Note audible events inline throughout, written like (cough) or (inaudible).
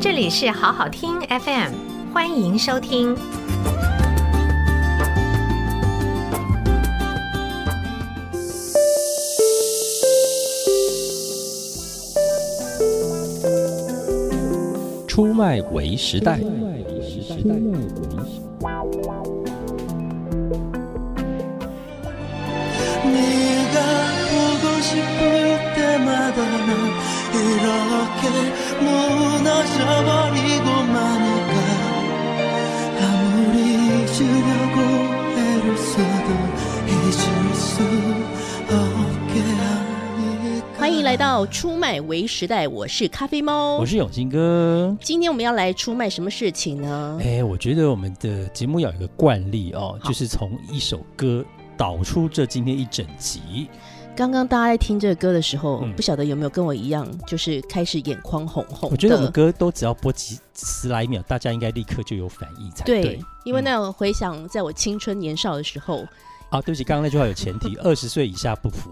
这里是好好听 FM，欢迎收听。出卖为时代。欢迎来到出卖为时代，我是咖啡猫我。是永兴哥。今天我们要来出卖什么事情呢？哎，我觉得我们的节目要有一个惯例哦，就是从一首歌导出这今天一整集。刚刚大家在听这个歌的时候，嗯不晓得有没有跟我一样，就是开始眼眶红红的。我觉得我们歌都只要播几十来秒，大家应该立刻就有反应才对，对。因为嗯那种回想在我青春年少的时候， (laughs) 啊，对不起，刚刚那句话有前提，二十岁以下不服。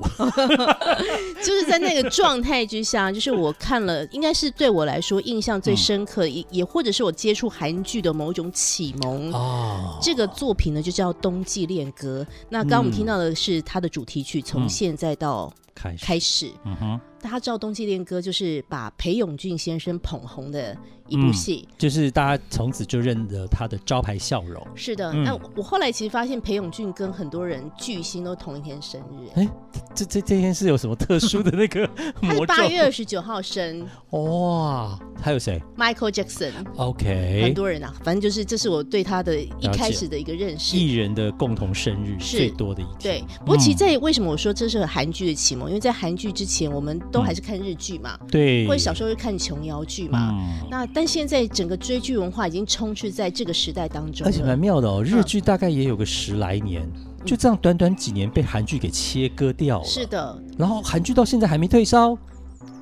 就是在那个状态之下， (laughs) 就是我看了，应该是对我来说印象最深嗯刻，也、也或者是我接触韩剧的某种启蒙。哦，这个作品呢，就叫《冬季恋歌》。那刚刚我们听到的是它的主题曲，从嗯现在到开始，开始。嗯哼，大家知道《冬季恋歌》就是把裴勇俊先生捧红的一嗯部戏。就是大家从此就认得他的招牌笑容。是的，嗯那、我后来其实发现裴勇俊跟很多人巨星都同一天生日，哎这这这天是有什么特殊的那个 (laughs) (laughs) 魔他是咒？八月二十九号生哇，还有谁，Michael Jackson，、很？OK，多人啊，反正就是这是我对他的一开始的一个认识。艺人的共同生日是最多的一天。对，不过嗯其实在为什么我说这是韩剧的启蒙？因为在韩剧之前，我们都还是看日剧嘛，嗯对，或者小时候就看琼瑶剧嘛。嗯那但现在整个追剧文化已经充斥在这个时代当中而且蛮了。妙的哦，日剧大概也有个十来年，就这样短短几年被韩剧给切割掉了。嗯是，的，然后韩剧到现在还没退烧，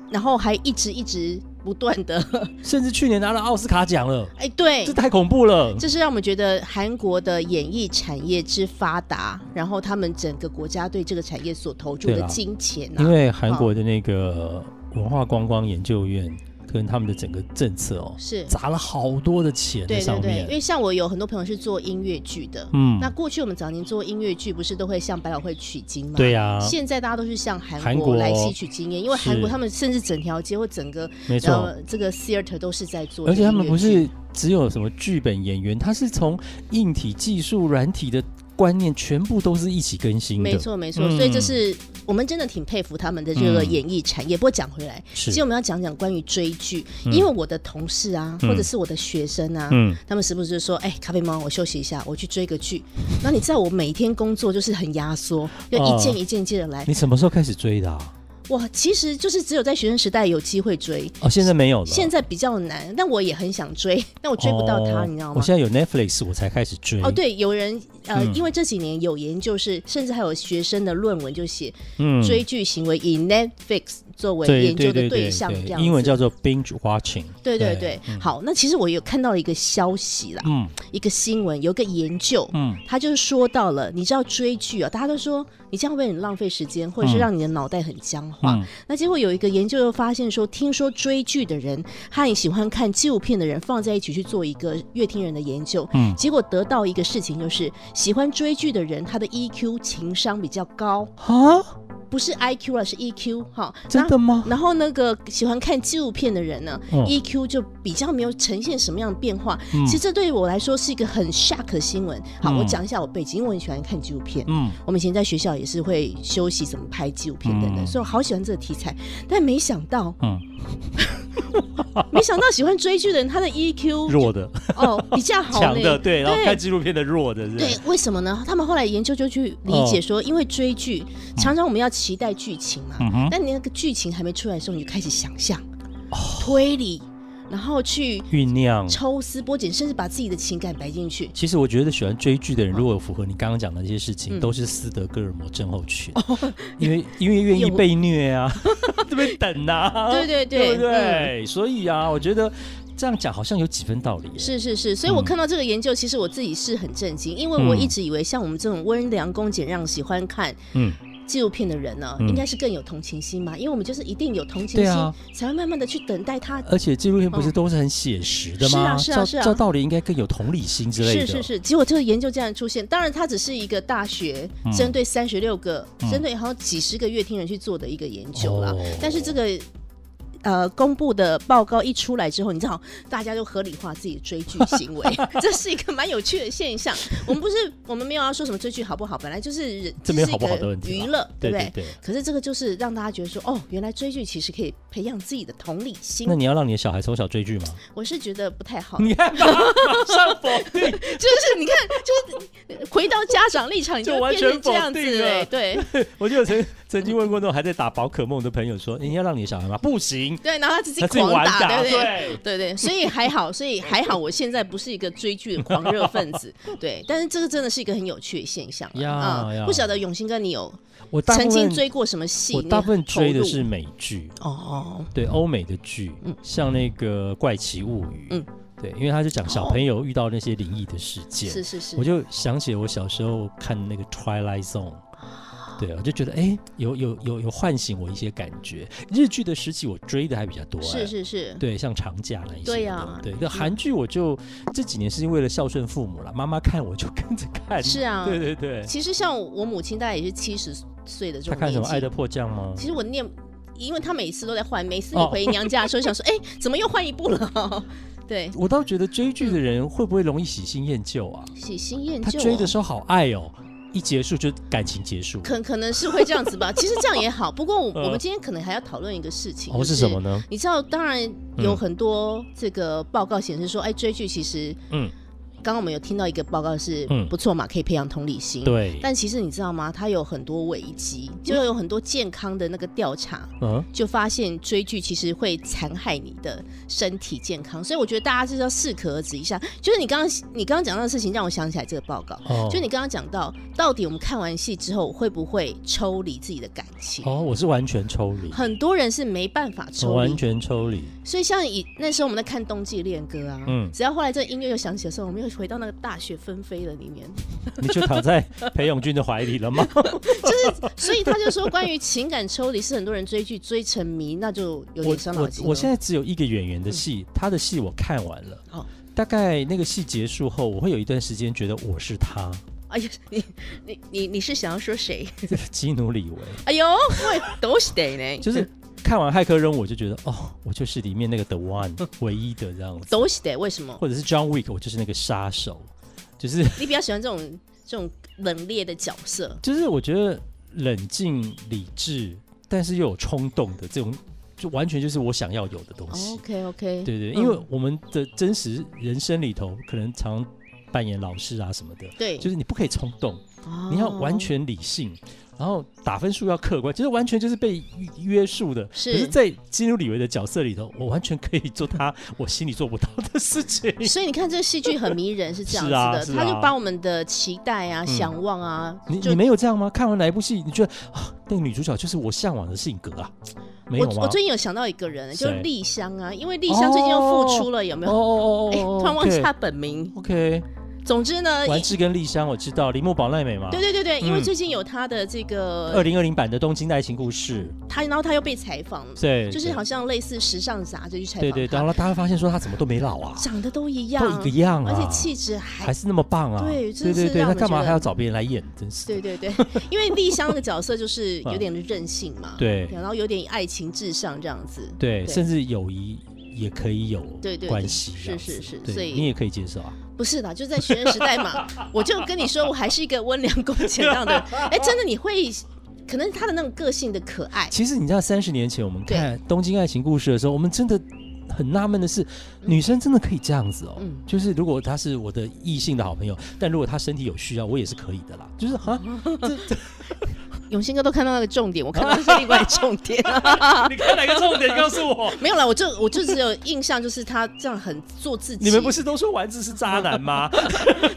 然后还一直一直不断的，甚至去年拿了奥斯卡奖了， (laughs) 哎，对这，太恐怖了。这是让我们觉得韩国的演艺产业之发达，然后他们整个国家对这个产业所投注对的啦金钱因啊，为韩国的那个文化观光研究院跟他们的整个政策哦，是砸了好多的钱在对对上对，因面。为像我有很多朋友是做音乐剧的，嗯那过去我们早年做音乐剧不是都会向百老汇取经吗？对呀，现在大家都是向韩韩国国来吸取经验，因为韩国是他们甚至整条街或整个没错。呃这个 theater 都是在做这而个且音他乐剧，们不是只有什么剧本演员，他是从硬体技术、软体的观念全部都是一起更新的。没，错没错，嗯所以这是我们真的挺佩服他们的这个嗯演艺产业。不过讲回来，是今天我们要讲讲关于追剧，因为我的同事啊，嗯或者是我的学生啊，嗯，他们时不时就说：“哎、咖啡猫，我休息一下，我去追个 (laughs) 剧。”那你知道我每天工作就是很压缩，要一件一件一件的来。你什么时候开始追的、啊？哇，其实就是只有在学生时代有机会追，哦，现在没有了。现在比较难。但我也很想追，但我追不到他，哦你知道我吗？现在有 Netflix，我才开始追。哦，，对，有人呃，嗯因为这几年有研究是，甚至还有学生的论文就写嗯追剧行为以 Netflix 作为对研究对的对对对象，这对，样英文子叫做 binge watching。对对对。好，那其实我有看到一个消息啦，嗯一个新闻，有一个研究。嗯，他就是说到了，你知道追剧啊，大家都说你这样会很浪费时间，或者是嗯让你的脑袋很僵化。嗯那结果有一个研究又发现说，听说追剧的人和你喜欢看纪录片的人放在一起去做一个乐听人的研究，嗯结果得到一个事情，就是喜欢追剧的人，他的 E EQ 情商比较高，啊，不是 IQ 了，是 EQ 哈。真的吗？然后那个喜欢看纪录片的人呢、嗯 e q 就比较没有呈现什么样的变化。嗯其实这对于我来说是一个很 shock 的新闻。好，嗯我讲一下我背景，因为我很喜欢看纪录片。嗯，我们以前在学校也是会休息怎么拍纪录片等等，嗯所以我好喜欢这个题材。但没想到，嗯没想到喜欢追剧的人，他的 (laughs) EQ 弱的、哦比较好强的，呢。对，然后对看纪录片的弱的，是不是对，为什么呢？他们后来研究就去理哦解说，因为追剧常常我们要期待剧情嘛，嗯哼哦但你那个剧情还没出来的时候，你就开始想象、推理，然后去酝酿。抽丝剥茧，甚至把自己的情感摆进去。其实我觉得喜欢追剧的人，如果符合你刚刚讲的那些事情，嗯哦都是斯德哥尔摩症候群，因为因为愿意被虐啊， (laughs) 这边等啊，对对嗯对对不对？所以啊，我觉得这样讲好像有几分道理耶。是是是，所以嗯我看到这个研究，其实我自己是很震惊，因为我一直以为像我们这种温良恭俭让、喜欢看嗯，纪录片的人呢、嗯应该是更有同情心嘛，因为我们就是一定有同情对心，啊才会慢慢的去等待他。而且纪录片不是都是很写实的吗？嗯是啊是啊照是啊照道理应该更有同理心之类是的。是是，结果这个研究竟然出现，当然它只是一个大学嗯针对三十六个、嗯针对好像几十个乐听人去做的一个研究啦。哦但是这个呃公布的报告一出来之后，你知道大家就合理化自己追剧行 (laughs) 为，这是一个蛮有趣的现象。我们不是我们没有要说什么追剧好不好，本来就是人这没有是一好不好个的问题啦娱乐对对不对对？对。可是这个就是让大家觉得说，哦，原来追剧其实可以培养自己的同理心那。你要让你的小孩从小追剧吗？我是觉得不太好，你看吧，马上否定，就是你看，就是回到家长立场，你就会完变成全这否样子、定了哎对 (laughs) 我就有曾曾经问过那种还在打宝可梦的朋友 (laughs) 说：“诶你要让你的小孩吗？”不行，对，然后他自己他自己狂玩打，对不对？对。对对，所以还好，所以还好，我现在不是一个追剧的狂热分子， (laughs) 对。但是这个真的是一个很有趣的现象呀啊、嗯呀不晓得永兴哥你有我大曾部经分追过什么戏？我你大部分追的投入是美剧，哦，对欧美的剧，嗯像那个《怪奇物语》，嗯对，因为他就讲小哦朋友遇到那些灵异的事件，是是是我，就想起我小时候看那个《Twilight Zone》。对，我哦就觉得哎、诶有有有有唤醒我一些感觉。日剧的时期我追的还比较多、诶是是是，对，像长假那一些的。对呀嗯对，那韩剧我就这几年是因为了孝顺父母了，妈妈看我就跟着看。是啊对对对。其实像我母亲大概也是七十岁的这他种看什年么《爱纪的，迫降》吗？其实我念，因为她每次都在换，每次你哦回娘家的时候想说，哎、 (laughs) 怎么又换一部了？ (laughs) 对，我倒觉得追剧的人会不会容易喜新厌旧啊？喜新厌他嗯旧、哦。追的时候好爱哦，一结束就感情结束。可可能是会这 (laughs) 样子吧。其实这样也好，不过我呃我们今天可能还要讨论一个事情，哦，就是什么？呢？你知道，当然有嗯很多这个报告显示说，哎，追剧其实，嗯，刚刚我们有听到一个报告是嗯不错嘛，可以培养同理心。。对，但其实你知道吗？它有很多危机，就有很多健康的那个调查，嗯，就发现追剧其实会残害你的身体健康。所以我觉得大家就是要适可而止一下。就是你刚刚你刚刚讲到的事情，让我想起来这个报告。哦，就你刚刚讲到，到底我们看完戏之后会不会抽离自己的感情？哦，我是完全抽离，很多人是没办法我抽离完，全抽离。所以像以那时候我们在看《冬季恋歌》啊，嗯只要后来这音乐又响起的时候，我们又回到那个大雪纷飞的里面，你就躺在裴勇俊的怀里了 (laughs) 吗？所以他就说，关于情感抽离是很多人追剧追沉迷，那就我有点伤脑嗯我筋了。我现在只有一个演员的戏，他的戏我看完了。哦大概那个戏结束后，我会有一段时间觉得我是 (laughs) 他，哎呀，你你你你是想要说谁？基努 (laughs) 里维，哎呦，我都是得呢，就是看完《骇客任务》，我就觉得哦，我就是里面那个 the one 唯一的这样子，都是得，为什么？或者是 John Wick，我就是那个杀手，就是你比较喜欢这种这种冷冽的角色？就是我觉得冷静、理智，但是又有冲动的这种，就完全就是我想要有的东西。 OK 哦 OK，哦对对，嗯因为我们的真实人生里头，可能常扮演老师啊什么的，对，就是你不可以冲动，哦你要完全理性，然后打分数要客观，就是完全就是被约约束的。是可是，在基努里维的角色里头，我完全可以做他我心里做不到的事情。哦所以你看，这个戏剧很迷人，是这样子是啊的，是他啊就把我们的期待啊、嗯想望啊，你就你没有这样吗？看完哪一部戏，你觉得啊，那个女主角就是我向往的性格啊？没有我吗？我最近有想到一个人，就是谁丽香啊，因为丽香最近又复出了，有没哦有？哦哦哎，哦，突然忘记 OK 她本名。 OK，总之呢，丸治跟丽香我知道，铃木保奈美嘛。呃对对对对，嗯因为最近有她的这二个，零二零版的《东京的爱情故事她然后她又被采访，》，对，就是好像类似时尚杂志去采对对，访然她，后大家发现说他怎么都没老啊，长得都一都样一个，样啊，而且气质还还。是那么棒啊，对对真对是对，让那我们干嘛觉还要得找别人来演？真是对对 (laughs) 对，因为丽香那个角色就是有点任性嘛，对然后有点爱情至上这样子，对，对甚至友谊也可以有对对关对系是这样子，是是对所以你也可以接受啊，不是啦，就在学生时 (laughs) 代嘛，我就跟你说，我还是一个温良恭俭让的人。哎，真的，你会可能他的那种个性的可爱，其实你知道，三十年前我们对看《东京爱情故事》的时候，我们真的很纳闷的是，女生真的可以这样子哦。嗯就是如果她是我的异性的好朋友，但如果她身体有需要，我也是可以的啦。就是 (laughs) 哈，永兴哥都看到那个重点，我看到的是另外重点。(laughs) 啊你看哪个重点告诉 (laughs) 我？没有啦，我就我就只有印象，就是他这样很做自己，你们不是都说丸子是渣男 (laughs) 吗？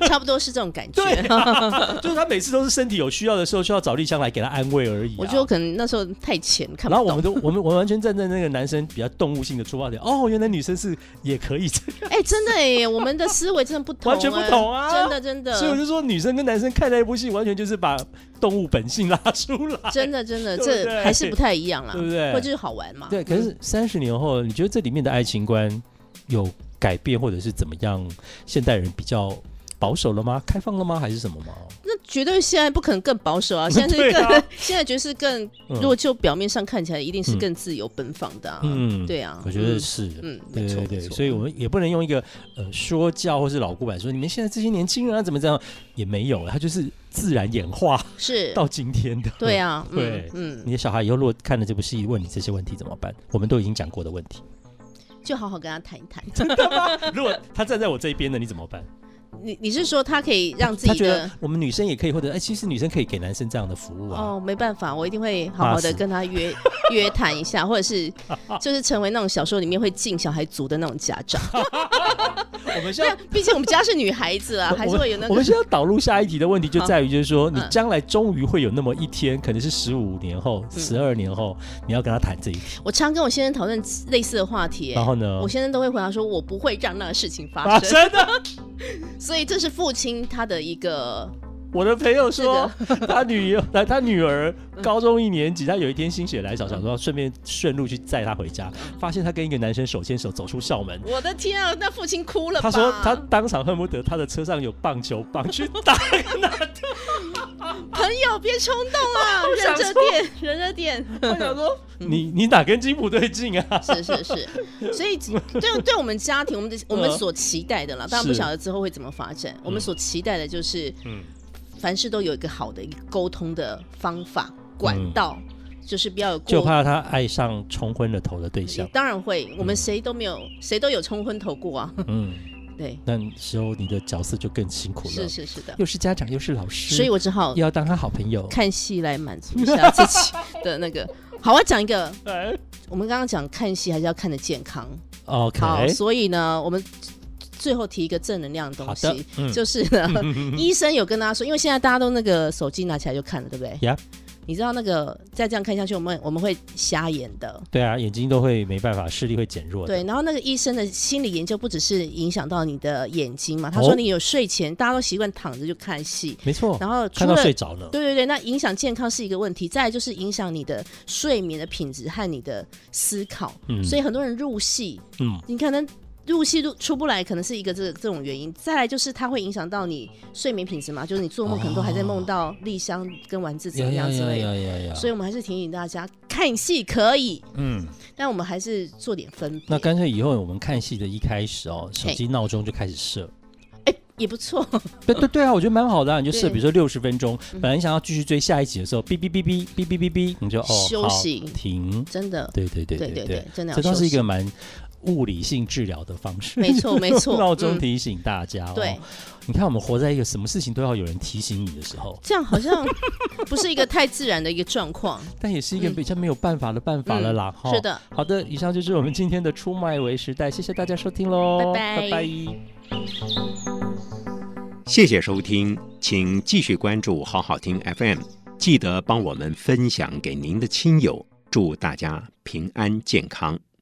差不多是这种感觉。对啊，就是他每次都是身体有需要的时候，就要找丽香来给他安慰而已、啊。我觉得我可能那时候太浅，看然后不我懂们。都我们我们完全站在那个男生比较动物性的出发点，哦，原来女生是也可以这样。哎、真的耶，我们的思维真的不 (laughs) 同、完全不哎同啊真的真的。所以我就说，女生跟男生看待一部戏，完全就是把动物本性拉出来，真的真的，对不这对还是不太一样啦，对不对或者就是好玩嘛。对。可是三十年后，你觉得这里面的爱情观有改变，或者是怎么样？现代人比较保守了吗？开放了吗？还是什么吗？那绝对现在不可能更保守啊，现在是对更、啊 (laughs) 现在觉得是更，嗯如果就表面上看起来，一定是嗯更自由奔放的啊。嗯对啊，我觉得是。嗯，嗯对没错对没对，错，所以我们也不能用一个呃说教或是老古板说你们现在这些年轻人啊怎么这样，也没有，它就是自然演化是到今天的。对啊，对嗯你的小孩以后如果看了这部戏，问你这些问题怎么办？我们都已经讲过的问题。嗯，就好好跟他谈一谈。 (laughs) 如果他站在我这一边的，你怎么办？你你是说他可以让自他己觉的得我们女生也可以，或者哎，其实女生可以给男生这样的服务啊。哦，没办法，我一定会好骂好的死跟他约约谈一下，或 (laughs) 者是就是成为那种小说里面会进小孩族的那种家 (laughs) 长。我们现那在。毕竟我们家是女孩子啊， (laughs) 我还是会有那我们个现在导入下一题的问题就在于，就是说，你嗯将来终于会有那么一天，可能是十五年后、嗯十二年后，你要跟他谈这一题。我常跟我先生讨论类似的话题、欸然后呢我，先生都会回答说：“我不会让那个事情发啊，生。真的，所以这是父亲他的一个我的朋友这说个，他女儿， (laughs) 他女儿嗯高中一年级，他有一天心血来潮，想说顺便顺路去载她回家，嗯发现她跟一个男生手牵手走出校门，我的天啊，那父亲哭了他吧。说他当场恨不得他的车上有棒球棒去打那他朋友别冲动 (laughs) 啊，忍想着说点，忍着点。想说嗯你你哪根筋不对劲啊？是是 (laughs) 是，所以对对我们家庭，我们的我们嗯所期待的啦，当然不是晓得之后会怎么发展。我嗯们所期待的就是嗯，凡事都有一个好的一个沟通的方法管嗯道，就是不要有就过怕嗯他爱上冲昏了头的对象。当然会，我们谁都没有，谁都有冲昏头过啊。 (laughs) 嗯，对，那时候你的角色就更辛苦了，是是是的，又是家长又是老师，所以我只好又要当他好朋友。看戏来满足 (laughs) 一下自己的那个。好，我要讲一个，哎我们刚刚讲看戏还是要看的健康。 OK，好，所以呢，我们最后提一个正能量的东好的西，嗯就是 (laughs) 呢，医生有跟大家说，因为现在大家都那个手机拿起来就看了，对不对 Yeah 你知道那个再这样看下去，我们我们会瞎眼的。对啊，眼睛都会没办法，视力会减弱的。对，然后那个医生的心理研究不只是影响到你的眼睛嘛，他说哦你有睡前、大家都习惯躺着就看戏，没错，然后除看到了睡着了。对对对，那影响健康是一个问题，再来就是影响你的睡眠的品质和你的思考。嗯所以很多人入戏，嗯，你可能入戏入出不来，可能是一个这这种原因。再来就是它会影响到你睡眠品质嘛，就是你做梦可能都还在梦到丽香跟丸子怎么样之类的。呀呀所以我们还是提醒大家，看戏可以，嗯，但我们还是做点分别。那干脆以后我们看戏的一开始哦，手机闹钟就开始设。哎、也不错， (laughs) 对对对啊，我觉得蛮好的、啊，你就设对嗯比如说六十分钟，本来你想要继续追下一集的时候，哔哔哔哔哔哔哔哔，你就哦休好息停，真的，对对对对对对，真的要这倒休是一息个蛮物理性治疗的方式，没错没 (laughs) 错闹钟嗯提醒大家哦。对，你看我们活在一个什么事情都要有人提醒你的时候，这样好像不是一个太自然的一个状况。但也是一个嗯比较没有办法的办法了啦。哈是的。好的，以上就是我们今天的出卖为时代，谢谢大家收听喽，拜拜拜拜谢谢收听，请继续关注好好听 FM，记得帮我们分享给您的亲友，祝大家平安健康。